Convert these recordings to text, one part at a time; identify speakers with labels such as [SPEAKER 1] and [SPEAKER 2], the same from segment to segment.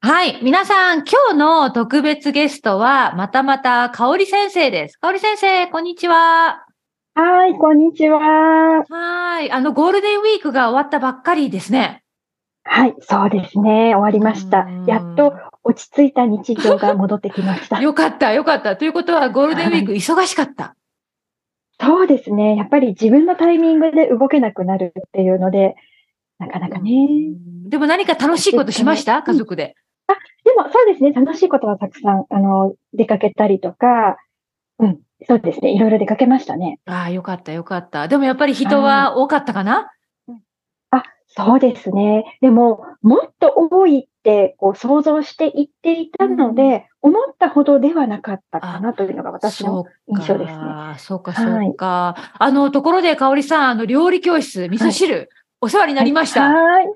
[SPEAKER 1] はい。皆さん、今日の特別ゲストは、またまた、香織先生です。香織先生、こんにちは。
[SPEAKER 2] はい、こんにちは。
[SPEAKER 1] はい。あの、ゴールデンウィークが終わったばっかりですね。
[SPEAKER 2] はい、そうですね。終わりまし
[SPEAKER 1] う
[SPEAKER 2] た
[SPEAKER 1] ーん。
[SPEAKER 2] やっと落ち着いた日常が戻ってきました。
[SPEAKER 1] よかった、よかった。ということは、ゴールデンウィーク忙しかった。
[SPEAKER 2] そうですね。やっぱり自分のタイミングで動けなくなるっていうので、なかなかね。
[SPEAKER 1] うんでも何か楽しいことしました家族で。
[SPEAKER 2] でもそうですね。楽しいことはたくさん、あの、出かけたりとか、うん、そうですね。いろいろ出かけましたね。
[SPEAKER 1] ああ、よかった、よかった。でもやっぱり人は多かったかな
[SPEAKER 2] あ、そうですね。でも、もっと多いって、こう、想像していっていたので、思ったほどではなかったかなというのが私の。
[SPEAKER 1] そうか
[SPEAKER 2] 印象ですね
[SPEAKER 1] そうか、
[SPEAKER 2] はい
[SPEAKER 1] そうか。あの、ところで、香織さん、あの、料理教室、味噌汁、お世話になりました。
[SPEAKER 2] はい。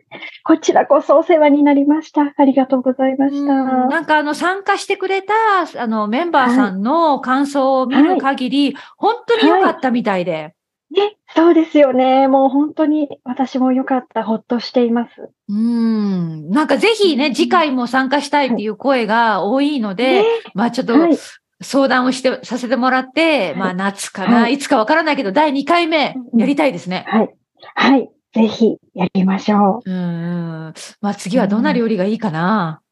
[SPEAKER 2] こちらこそお世話になりました。ありがとうございまし
[SPEAKER 1] うん
[SPEAKER 2] た。
[SPEAKER 1] なんかあの参加してくれたあのメンバーさんの感想を見る限り、本当に良かったみたいで、
[SPEAKER 2] ね、そうですよね。もう本当に私もよかった。ほっとしています。
[SPEAKER 1] うん、なんかぜひね、次回も参加したいっていう声が多いので、
[SPEAKER 2] ね、
[SPEAKER 1] まあちょっと
[SPEAKER 2] はい。
[SPEAKER 1] 相談をして、させてもらって、まあ夏かな、、
[SPEAKER 2] はいい
[SPEAKER 1] つかわからないけど、第2回目
[SPEAKER 2] うん
[SPEAKER 1] やりたいですね。
[SPEAKER 2] はい。はい。ぜひやりましょ
[SPEAKER 1] うん、うんまあ次はどんな料理がいいかな。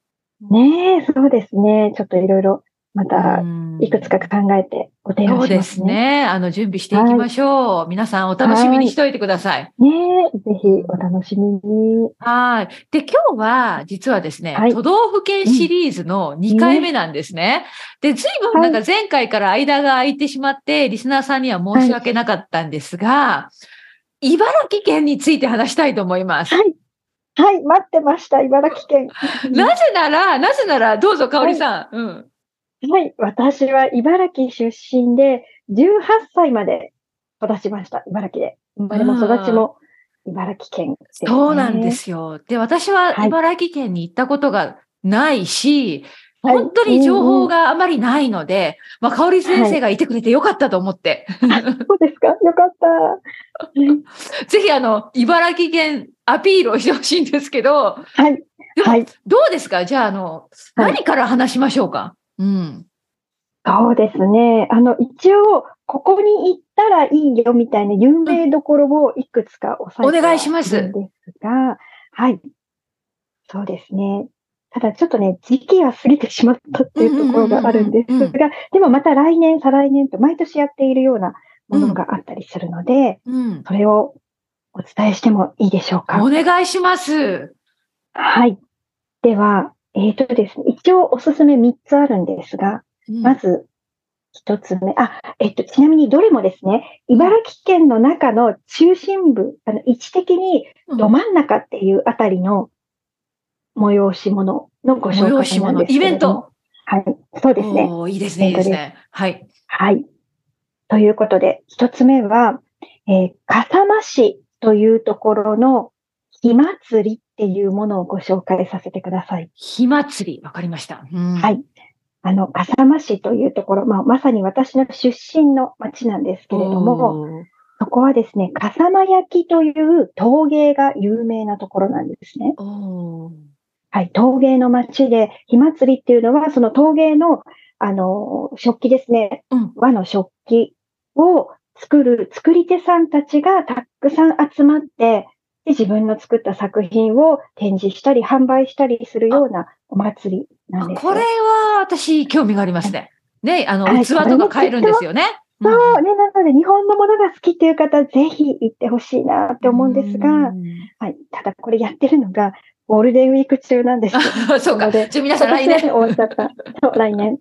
[SPEAKER 2] う。ねえ、そうですね。ちょっといろいろ、また
[SPEAKER 1] う、ん
[SPEAKER 2] いくつか考えてご提
[SPEAKER 1] そ
[SPEAKER 2] 案
[SPEAKER 1] う
[SPEAKER 2] し
[SPEAKER 1] で
[SPEAKER 2] ますすね。
[SPEAKER 1] ね。あの、準備していきましょう。皆さんお楽しみにしておいてください。
[SPEAKER 2] ねえ、ぜひお楽しみに。
[SPEAKER 1] はい。で、今日は、実はですね、
[SPEAKER 2] はい
[SPEAKER 1] 都道府県シリーズの2回目なんですね。で、ずいぶんなんか前回から間が空いてしまって、リスナーさんには申し訳なかったんですが、茨城県について話したいと思います。
[SPEAKER 2] はい、待ってました。茨城県。
[SPEAKER 1] なぜなら、なぜなら、どうぞ、かおりさん。うん。
[SPEAKER 2] はい、私は茨城出身で、18歳まで育ちました、茨城で。生まれも育ちも茨城県ですね、
[SPEAKER 1] そうなんですよ。で、私は
[SPEAKER 2] はい
[SPEAKER 1] 茨城県に行ったことがないし、
[SPEAKER 2] はい
[SPEAKER 1] 本当に情報があまりないので、まあ、かおり先生がいてくれてよかったと思って。
[SPEAKER 2] そうですかよかった。
[SPEAKER 1] ぜひあの、茨城県アピールをしてほしいんですけど、
[SPEAKER 2] はい。はい。
[SPEAKER 1] どうですかじゃああの、
[SPEAKER 2] はい
[SPEAKER 1] 何から話しましょうかうん。
[SPEAKER 2] そうですね。あの、一応、ここに行ったらいいよみたいな有名どころをいくつか押さえて
[SPEAKER 1] お願いします
[SPEAKER 2] はいるんですが、はい。そうですね。ただちょっとね、時期が過ぎてしまったっていうところがあるんで
[SPEAKER 1] うんうんうん
[SPEAKER 2] すが、でもまた来年、再来年と毎年やっているようなものがあったりするので、
[SPEAKER 1] うん。
[SPEAKER 2] それをお伝えしてもいいでしょうか
[SPEAKER 1] お。願いします。
[SPEAKER 2] はい。では、えーとですね、一応おすすめ3つあるんですが、
[SPEAKER 1] うん
[SPEAKER 2] まず、一つ目。あ、えっと、ちなみにどれもですね、茨城県の中の中心部、あの位置的にど真ん中っていうあたりの催し物のご紹介なんですけれども
[SPEAKER 1] 催し物イベント。
[SPEAKER 2] はい、そうですね。
[SPEAKER 1] おーいいですね、いいですね。はい。
[SPEAKER 2] はい。ということで、一つ目は、えー笠間市というところの火祭りっていうものをご紹介させてください。
[SPEAKER 1] 火祭り、わかりました。うん
[SPEAKER 2] はいあの、笠間市というところ、まあ、まさに私の出身の町なんですけれども、
[SPEAKER 1] おー
[SPEAKER 2] そこはですね、笠間焼という陶芸が有名なところなんですね。
[SPEAKER 1] おー
[SPEAKER 2] はい、陶芸の町で、火祭りっていうのは、その陶芸の、あの、食器ですね、
[SPEAKER 1] うん
[SPEAKER 2] 和の食器を作る作り手さんたちがたくさん集まって、で自分の作った作品を展示したり、販売したりするようなお祭りな
[SPEAKER 1] あ
[SPEAKER 2] んですよ。
[SPEAKER 1] これは私、興味がありますね。ね、あの、
[SPEAKER 2] はい
[SPEAKER 1] 器とか買えるんですよね。
[SPEAKER 2] そうね、なので日本のものが好きという方、ぜひ行ってほしいなって思うんですが、
[SPEAKER 1] うん
[SPEAKER 2] はい。ただ、これやってるのが、ゴールデンウィーク中なんですよ。
[SPEAKER 1] あそうか。
[SPEAKER 2] なの
[SPEAKER 1] じゃ
[SPEAKER 2] で
[SPEAKER 1] あ 皆さん来
[SPEAKER 2] 今年
[SPEAKER 1] 年。
[SPEAKER 2] はね終わっちゃった。そう、来年。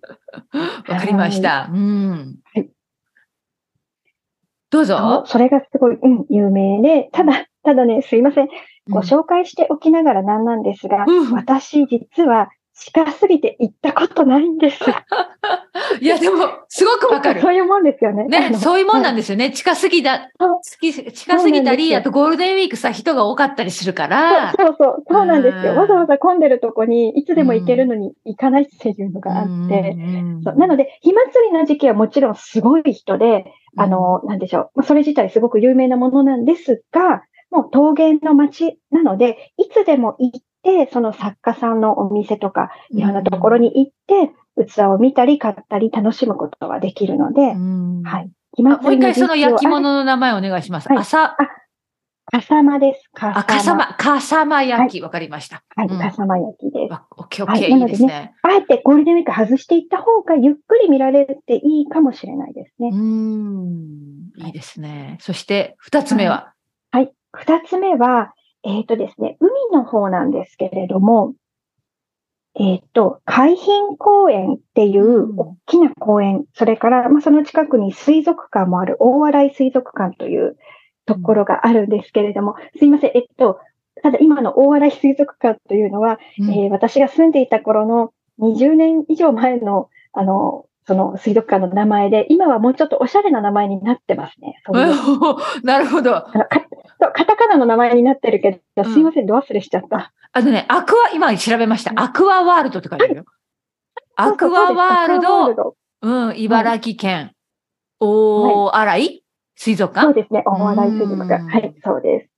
[SPEAKER 1] わかりました。うん
[SPEAKER 2] はい。
[SPEAKER 1] どうぞ。
[SPEAKER 2] それがすごい、うん、有名で、ただ、ただね、すいません。ご紹介しておきながらなんなんですが、
[SPEAKER 1] うん
[SPEAKER 2] 私、実は、近すぎて行ったことないんです。
[SPEAKER 1] いや、でも、すごくわかる
[SPEAKER 2] そ。ういうもんですよね。あ
[SPEAKER 1] ね、
[SPEAKER 2] の
[SPEAKER 1] そういうもんなんですよね。近すぎだ
[SPEAKER 2] そう、
[SPEAKER 1] 近近すぎた
[SPEAKER 2] そうなんです
[SPEAKER 1] り、
[SPEAKER 2] よ
[SPEAKER 1] あとゴールデンウィークさ、人が多かったりするか
[SPEAKER 2] そう
[SPEAKER 1] ら、
[SPEAKER 2] そうそう、そうなんです
[SPEAKER 1] う
[SPEAKER 2] よ。
[SPEAKER 1] ん
[SPEAKER 2] わざわざ混んでるとこに、いつでも行けるのに行かないっていうのがあって、そうなの
[SPEAKER 1] で、
[SPEAKER 2] で、火祭りの時期はもちろんすごい人で、
[SPEAKER 1] うん
[SPEAKER 2] あ、の、なんでしょう。まあそれ自体すごく有名なものなんですが、もう陶芸の街なので、いつでも行っって、その作家さんのお店とか、いろんなところ
[SPEAKER 1] に、
[SPEAKER 2] に行って、器を見たり買ったり楽しむことができるので、は。。
[SPEAKER 1] はい
[SPEAKER 2] 決
[SPEAKER 1] あ
[SPEAKER 2] ま
[SPEAKER 1] もう一回その焼き物の名前お願いします。
[SPEAKER 2] はい
[SPEAKER 1] 朝、
[SPEAKER 2] かさまです。か
[SPEAKER 1] あ、かさ。ま、かさま焼き。わかりました。
[SPEAKER 2] はい、
[SPEAKER 1] うん
[SPEAKER 2] かさま焼きです。
[SPEAKER 1] わオッケーオ
[SPEAKER 2] は
[SPEAKER 1] ッ
[SPEAKER 2] い
[SPEAKER 1] ケー、
[SPEAKER 2] ない
[SPEAKER 1] い
[SPEAKER 2] の
[SPEAKER 1] で
[SPEAKER 2] でね
[SPEAKER 1] すね。
[SPEAKER 2] あえてゴールデンウィーク外していった方が、ゆっくり見られていいかもしれないですね
[SPEAKER 1] う。ーん、いいですね。そして、二つ目は。
[SPEAKER 2] はい。二つ目は、えっ、とですね、海の方なんですけれども、えっ、と、海浜公園っていう
[SPEAKER 1] うん
[SPEAKER 2] 大きな公園、それから、まあ、その近くに水族館もある大洗水族館というところがあるんですけれども、すいません、えっと、ただ今の大洗水族館というのは、
[SPEAKER 1] うん
[SPEAKER 2] えー私が住んでいた頃の20年以上前の、あの、その水族館の名前で、今はもうちょっとおしゃれな名前になってますね。そういう
[SPEAKER 1] なるほど。
[SPEAKER 2] あのかそうカタカナの名前になってるけ
[SPEAKER 1] う
[SPEAKER 2] ど、
[SPEAKER 1] ん
[SPEAKER 2] すいません、ど忘れしちゃった。
[SPEAKER 1] あのね、アクア、今調べました。アクアワールドって書いてある よ。アクアワール
[SPEAKER 2] そうそう
[SPEAKER 1] ド、うん、茨城県、大洗水族
[SPEAKER 2] そう
[SPEAKER 1] 館。
[SPEAKER 2] ですね、大洗水族
[SPEAKER 1] うん
[SPEAKER 2] 館。はい、そうです。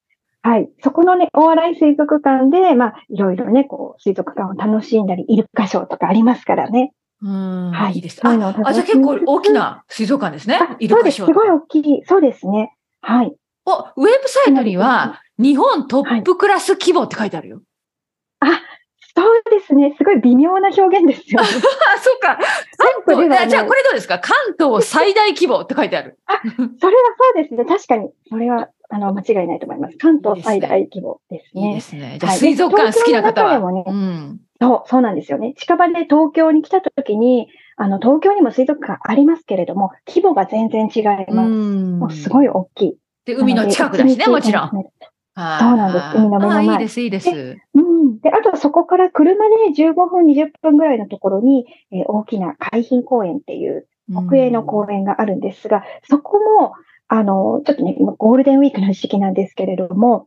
[SPEAKER 2] はい、そこのね、大洗水族館で、まあ、いろいろね、こう、水族館を楽しんだり、イルカショーとかありますからね。
[SPEAKER 1] うん、、
[SPEAKER 2] はいい
[SPEAKER 1] いです。
[SPEAKER 2] そうい
[SPEAKER 1] あ、
[SPEAKER 2] うのを楽
[SPEAKER 1] あじゃあ
[SPEAKER 2] し
[SPEAKER 1] 結
[SPEAKER 2] み
[SPEAKER 1] 構
[SPEAKER 2] つつ
[SPEAKER 1] 大きな水族館ですね
[SPEAKER 2] あ。
[SPEAKER 1] イル
[SPEAKER 2] そう
[SPEAKER 1] カ
[SPEAKER 2] です、
[SPEAKER 1] ショ
[SPEAKER 2] す
[SPEAKER 1] ーと
[SPEAKER 2] ごい
[SPEAKER 1] か。
[SPEAKER 2] 大きい。そうですね。はい。
[SPEAKER 1] お、ウェブサイトには、日本トップクラス規模って書いてあるよ。
[SPEAKER 2] そうですね、すごい微妙な表現です よね。
[SPEAKER 1] あ、そっか。
[SPEAKER 2] ト
[SPEAKER 1] 関
[SPEAKER 2] ップではな
[SPEAKER 1] 東、
[SPEAKER 2] い
[SPEAKER 1] じゃあこれどうですか関東最大規模って書いてある。
[SPEAKER 2] それはそうですね、確かに、それは、あの、間違いないと思います。関東最大規模です
[SPEAKER 1] いいで
[SPEAKER 2] ね。
[SPEAKER 1] すね。じゃあ
[SPEAKER 2] はい
[SPEAKER 1] 水族館好きな方は。
[SPEAKER 2] 東京の中で
[SPEAKER 1] うん。
[SPEAKER 2] そう、そうなんですよね。近場で東京に来た時に、あの、東京にも水族館ありますけれども、規模が全然違います。
[SPEAKER 1] うん
[SPEAKER 2] もうすごい大きい。
[SPEAKER 1] で、海の近くだしね、
[SPEAKER 2] なの
[SPEAKER 1] も
[SPEAKER 2] で
[SPEAKER 1] ちろん。。
[SPEAKER 2] そう
[SPEAKER 1] あー
[SPEAKER 2] そうなんです海の目の前
[SPEAKER 1] あーいいです、いいです。
[SPEAKER 2] うん。で、あとそこから車で15分、20分ぐらいのところに、えー大きな海浜公園っていう、国営の公園があるんですが、そこも、あの、ちょっとね、今ゴールデンウィークの時期なんですけれども、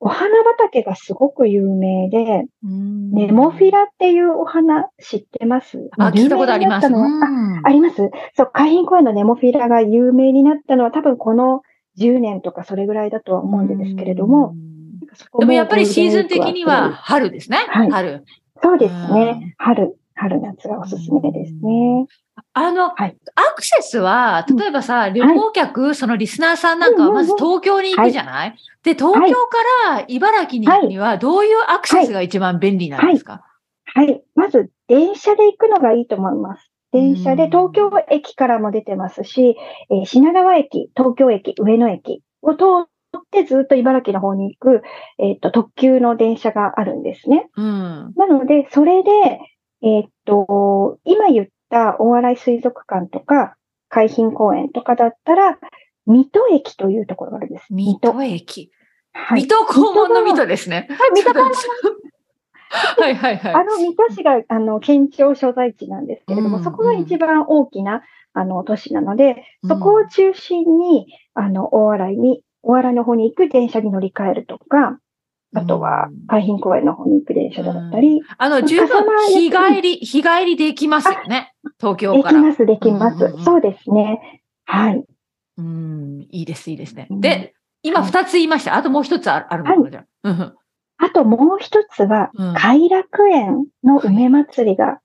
[SPEAKER 2] お花畑がすごく有名で、
[SPEAKER 1] うん
[SPEAKER 2] ネモフィラっていうお花知ってます
[SPEAKER 1] あ、聞いたことあります。
[SPEAKER 2] 有名になったのは
[SPEAKER 1] うん
[SPEAKER 2] ありますそう、海浜公園のネモフィラが有名になったのは多分この10年とかそれぐらいだとは思うんですけれど
[SPEAKER 1] う
[SPEAKER 2] も、。
[SPEAKER 1] ん
[SPEAKER 2] そこ
[SPEAKER 1] でもやっぱりシーズン的に
[SPEAKER 2] ゴールデンウィー
[SPEAKER 1] は
[SPEAKER 2] ク
[SPEAKER 1] 春ですね。
[SPEAKER 2] はい
[SPEAKER 1] 春。
[SPEAKER 2] そうです
[SPEAKER 1] うん
[SPEAKER 2] ね。春、春夏がおすすめですね。
[SPEAKER 1] あの、
[SPEAKER 2] はい
[SPEAKER 1] アクセスは、例えばさ、旅行客、そのリスナーさんなんかはまず東京に行くじゃない、で、東京から茨城に行くには、どういうアクセスが一番便利なんですか、
[SPEAKER 2] はい。まず、電車で行くのがいいと思います。電車で
[SPEAKER 1] うん
[SPEAKER 2] 東京駅からも出てますし、えー品川駅、東京駅、上野駅を通ってずっと茨城の方に行く、えっ、と、特急の電車があるんですね。
[SPEAKER 1] うん。
[SPEAKER 2] なので、それで、えーっと、今言った大洗水族館とか、海浜公園とかだったら、水戸駅というところがあるんです。
[SPEAKER 1] 水
[SPEAKER 2] 戸。
[SPEAKER 1] 戸駅。
[SPEAKER 2] はい。
[SPEAKER 1] 水戸黄門の水戸ですね。
[SPEAKER 2] はい水戸黄門
[SPEAKER 1] はいはいはい。
[SPEAKER 2] あの、水戸市が、あの、県庁所在地なんですけれども、
[SPEAKER 1] うん
[SPEAKER 2] そこが一番大きな、あの、都市なので、そこ
[SPEAKER 1] う
[SPEAKER 2] を
[SPEAKER 1] ん
[SPEAKER 2] 中心に、あの、大洗に、大洗の方に行く電車に乗り換えるとか、あとは
[SPEAKER 1] うん、
[SPEAKER 2] 海浜公園の方に行く電車だったり、
[SPEAKER 1] あの、十分
[SPEAKER 2] 笠間
[SPEAKER 1] 日
[SPEAKER 2] 焼き
[SPEAKER 1] 帰り、日帰りできますよね。東京
[SPEAKER 2] で
[SPEAKER 1] か
[SPEAKER 2] き
[SPEAKER 1] ら。
[SPEAKER 2] ます、できま
[SPEAKER 1] うんうんうん
[SPEAKER 2] す。そうですね。はい。
[SPEAKER 1] うん、いいです、いいですね。
[SPEAKER 2] うん
[SPEAKER 1] で、今
[SPEAKER 2] はい
[SPEAKER 1] 二つ言いました。あともう一つあるある
[SPEAKER 2] はい
[SPEAKER 1] のかな、じゃあ
[SPEAKER 2] あともう一つは、
[SPEAKER 1] うん
[SPEAKER 2] 偕楽園の梅祭りが、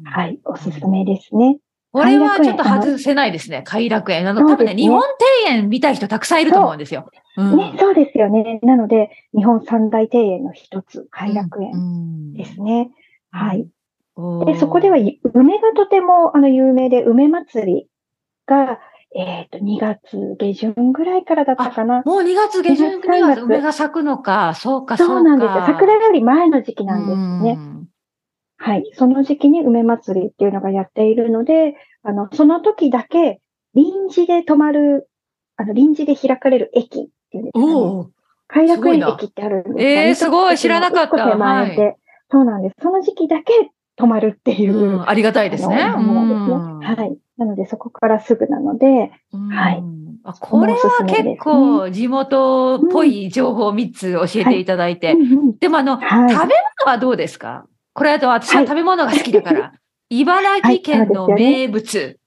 [SPEAKER 1] うん
[SPEAKER 2] はい、おすすめですね。
[SPEAKER 1] これはちょっと
[SPEAKER 2] 偕楽園あの
[SPEAKER 1] 外せないですね。偕楽園。あの、
[SPEAKER 2] そう
[SPEAKER 1] 多
[SPEAKER 2] ですね
[SPEAKER 1] 分ね、日本庭園見たい人たくさんいると思うんですよ。うん
[SPEAKER 2] ね、そうですよね。なので、日本三大庭園の一つ、偕楽園ですね。はい。
[SPEAKER 1] うん
[SPEAKER 2] で、そこでは、い梅がとても、あの、有名で、梅祭りが、えっ、と、2月下旬ぐらいからだったかな。
[SPEAKER 1] もう2月下旬には
[SPEAKER 2] 2月
[SPEAKER 1] 梅が咲くのか、そうか、そうか。
[SPEAKER 2] そうなんですよ。桜より前の時期なんですね。
[SPEAKER 1] ね。
[SPEAKER 2] はい。その時期に梅祭りっていうのがやっているので、あの、その時だけ臨時で泊まる、あの、臨時で開かれる駅っていうんですかね
[SPEAKER 1] おお、
[SPEAKER 2] 偕楽園
[SPEAKER 1] すごいな
[SPEAKER 2] 駅ってあるんです
[SPEAKER 1] えーすごい
[SPEAKER 2] ちょと
[SPEAKER 1] 知らなかった
[SPEAKER 2] 一個手前で、
[SPEAKER 1] は
[SPEAKER 2] そうなんです。その時期だけ泊まるっていうう。
[SPEAKER 1] ん、ありがたいですね。
[SPEAKER 2] あのものですねはい。なので、そこからすぐなので、
[SPEAKER 1] うん
[SPEAKER 2] はい
[SPEAKER 1] あこれは
[SPEAKER 2] おすすめですね
[SPEAKER 1] 結構地元っぽい情報を3つ教えていただいて。
[SPEAKER 2] うんうん
[SPEAKER 1] でもあの、
[SPEAKER 2] はい。
[SPEAKER 1] 食べ物はどうですかこれあと私は
[SPEAKER 2] はい
[SPEAKER 1] 食べ物が好きだから。茨城県の
[SPEAKER 2] はいそうですよね
[SPEAKER 1] 名物。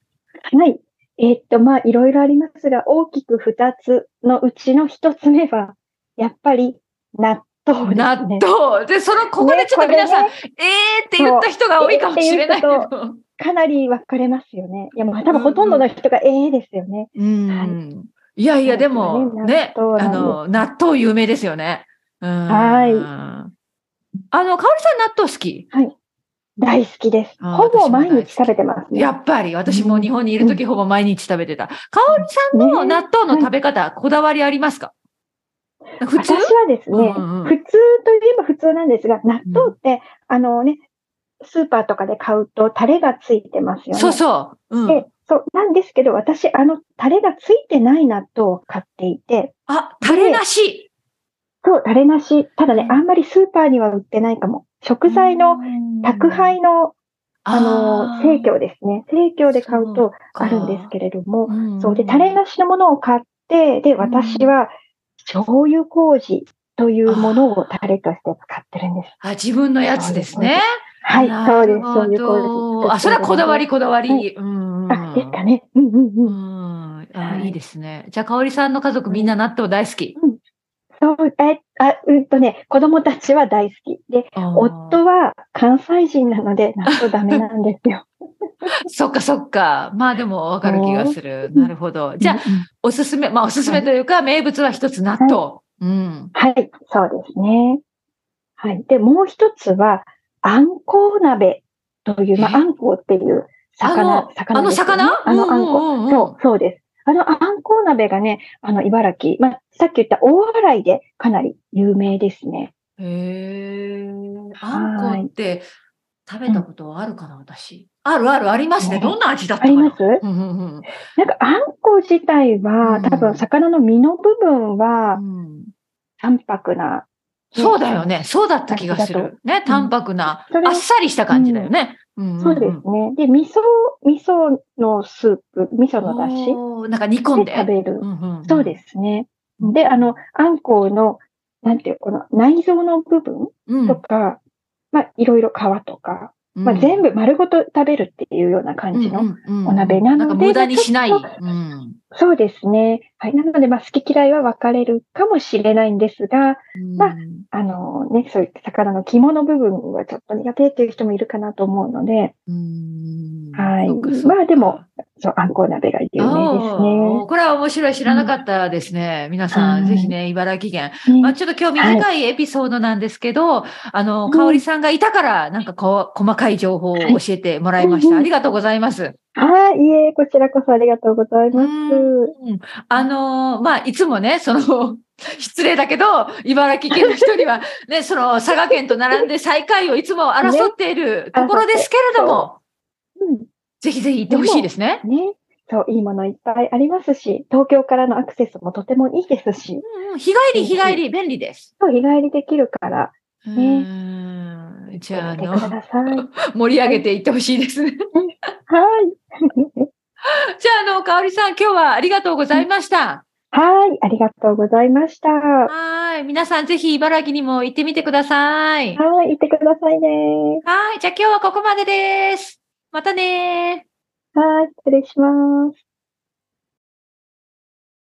[SPEAKER 2] はい。えーっと、まあ、いろいろありますが、大きく二つのうちの一つ目は、やっぱり納豆です
[SPEAKER 1] 納
[SPEAKER 2] ね。
[SPEAKER 1] 豆。で、その、ここでちょっと皆さん、
[SPEAKER 2] ね
[SPEAKER 1] えーって言った人が多いかもしれないけ
[SPEAKER 2] そうえーっ
[SPEAKER 1] ど。
[SPEAKER 2] かなり分かれますよね。いや、もう多
[SPEAKER 1] うんう
[SPEAKER 2] 分
[SPEAKER 1] ん
[SPEAKER 2] ほとんどの人がええですよね。
[SPEAKER 1] うん。いやいや、でも、ね、
[SPEAKER 2] 納豆
[SPEAKER 1] あ
[SPEAKER 2] なんで
[SPEAKER 1] の、納豆有名ですよね。は
[SPEAKER 2] はい
[SPEAKER 1] あの、かおりさん納豆好き
[SPEAKER 2] 大好きです。
[SPEAKER 1] あー
[SPEAKER 2] ほぼ毎
[SPEAKER 1] 私も大好
[SPEAKER 2] 日
[SPEAKER 1] き
[SPEAKER 2] 食べてますね。
[SPEAKER 1] やっぱり、私も日本にいるときほぼ毎日食べてた。かおりさん
[SPEAKER 2] ね
[SPEAKER 1] の納豆の食べ方、こだわりありますか普
[SPEAKER 2] 私
[SPEAKER 1] 通
[SPEAKER 2] はですね、
[SPEAKER 1] うんうん
[SPEAKER 2] 普通といえば普通なんですが、納豆って、あのね、スーパーとかで買うとタレがついてますよね。
[SPEAKER 1] そうそう。う
[SPEAKER 2] で
[SPEAKER 1] ん。
[SPEAKER 2] そうなんですけど、私、あの、タレがついてない納豆を買っていて、
[SPEAKER 1] あ、タレなし。
[SPEAKER 2] そう、タレなし。ただね
[SPEAKER 1] う、ん
[SPEAKER 2] あんまりスーパーには売ってないかも。食材の、宅配の、あの、生協ですね。生協で買うとあるんですけれども、
[SPEAKER 1] ど
[SPEAKER 2] そうで、タレなしのものを買って、で、私は醤油麹というものをタレとして使ってるんです。
[SPEAKER 1] あ、自分のやつですね。
[SPEAKER 2] はい、
[SPEAKER 1] な
[SPEAKER 2] そうで
[SPEAKER 1] る
[SPEAKER 2] す。
[SPEAKER 1] ほ
[SPEAKER 2] 醤油
[SPEAKER 1] ど
[SPEAKER 2] 麹。
[SPEAKER 1] あ、それはこだわり、
[SPEAKER 2] 作
[SPEAKER 1] こだわり。
[SPEAKER 2] はい
[SPEAKER 1] うん。
[SPEAKER 2] ってるので。あ、ですかね。うんうん
[SPEAKER 1] う
[SPEAKER 2] うん。
[SPEAKER 1] ん。あ、
[SPEAKER 2] はい
[SPEAKER 1] いいですね。じゃあ、かおりさんの家族みんな納豆大好き。
[SPEAKER 2] そう、え、あ、うんとね、子供たちは大好き。で、
[SPEAKER 1] あー
[SPEAKER 2] 夫は関西人なので、納豆ダメなんですよ。
[SPEAKER 1] そっかそっか。まあでもわかる気がする。
[SPEAKER 2] うん
[SPEAKER 1] なるほど。 じゃあ、
[SPEAKER 2] うんうん
[SPEAKER 1] おすすめ、まあおすすめというか、名物は一つ納豆。うん。
[SPEAKER 2] はい、そうですね。はい。で、もう一つは、あんこう鍋という、ま
[SPEAKER 1] え
[SPEAKER 2] あ、あんこうっていう
[SPEAKER 1] あ
[SPEAKER 2] 魚
[SPEAKER 1] の、、
[SPEAKER 2] 魚
[SPEAKER 1] あの
[SPEAKER 2] ですよね
[SPEAKER 1] 魚
[SPEAKER 2] あのあんこ。
[SPEAKER 1] こ
[SPEAKER 2] そう、そうです。あの、あんこう鍋がね、あの、茨城、まあ、さっき言った大洗でかなり有名ですね。
[SPEAKER 1] へーあ
[SPEAKER 2] はい
[SPEAKER 1] んこって食べたことあるかな、私。あるある、ありますね。
[SPEAKER 2] ね
[SPEAKER 1] どんな味だった
[SPEAKER 2] あ
[SPEAKER 1] か
[SPEAKER 2] り
[SPEAKER 1] な
[SPEAKER 2] ます
[SPEAKER 1] うんうん
[SPEAKER 2] なんか、あんこう自体は、
[SPEAKER 1] うん
[SPEAKER 2] 多分、魚の身の部分
[SPEAKER 1] う
[SPEAKER 2] は、
[SPEAKER 1] んうん
[SPEAKER 2] 淡白な、
[SPEAKER 1] そうだよね。そうだった気がす
[SPEAKER 2] 感
[SPEAKER 1] る。ね、淡白な、
[SPEAKER 2] それ
[SPEAKER 1] あっさりした感じだよね。んんん
[SPEAKER 2] そうですね。で、味噌、味噌のスープ、味噌の出汁
[SPEAKER 1] おーなんか煮込んで。。
[SPEAKER 2] で食べる。そうですすね。で、あの、あんこうの、なんていう、この内臓の部分
[SPEAKER 1] うん
[SPEAKER 2] とか、まあ、いろいろ皮とか、まあ、全部丸ごと食べるっていうような感じの。
[SPEAKER 1] の
[SPEAKER 2] お鍋なので
[SPEAKER 1] んか無駄にしない。
[SPEAKER 2] ちょっと
[SPEAKER 1] うん
[SPEAKER 2] そうですね。はい。なので、まあ、好き嫌いは分かれるかもしれないんですが、まああのね、そういう魚の肝の部分はちょっと苦手っていう人もいるかなと思うので、
[SPEAKER 1] うん
[SPEAKER 2] はい
[SPEAKER 1] そっかそっか
[SPEAKER 2] まあでもそう、あんこう鍋が有
[SPEAKER 1] おー
[SPEAKER 2] 名
[SPEAKER 1] これは面白い。知らなかったですね。皆さ
[SPEAKER 2] は
[SPEAKER 1] ん、
[SPEAKER 2] い
[SPEAKER 1] ぜひね、茨城県。
[SPEAKER 2] ですね。
[SPEAKER 1] まあ、
[SPEAKER 2] ね
[SPEAKER 1] ちょっと今日短いエピソードなんですけど、あの、かおりさんがいたから、なんかこう、細かい情報を教えてもらいまし
[SPEAKER 2] うん
[SPEAKER 1] た。
[SPEAKER 2] うん
[SPEAKER 1] ありがとうございます。
[SPEAKER 2] はい。いえ、こちらこそありがとうございま
[SPEAKER 1] う
[SPEAKER 2] す。
[SPEAKER 1] うんあのーまあ、いつもね、その、失礼だけど、茨城県の人には、ね、その、佐賀県と並んで最下位をいつも争っているところですけれども、
[SPEAKER 2] うん
[SPEAKER 1] ぜひぜひ行ってほしいですね。
[SPEAKER 2] ね。そう、いいものいっぱいありますし、東京からのアクセスもとてもいいです
[SPEAKER 1] う
[SPEAKER 2] し、
[SPEAKER 1] んうん日帰り、日帰り、便利です。
[SPEAKER 2] そう日帰りできるから、
[SPEAKER 1] う
[SPEAKER 2] ね
[SPEAKER 1] ーんじゃあ、あ
[SPEAKER 2] 見てく
[SPEAKER 1] の、
[SPEAKER 2] ださい。は
[SPEAKER 1] 盛り上げていってほしいですね。 じゃ
[SPEAKER 2] い。
[SPEAKER 1] あ、あの、かおりさん、今日はありがとうございました。
[SPEAKER 2] はい、ありがとうございました。は
[SPEAKER 1] はい。皆さん、ぜひ茨城にも行ってみてください。
[SPEAKER 2] い、行ってくださいね。
[SPEAKER 1] はい。じゃあ、今日はここまでです。またねー。
[SPEAKER 2] はい、失礼します。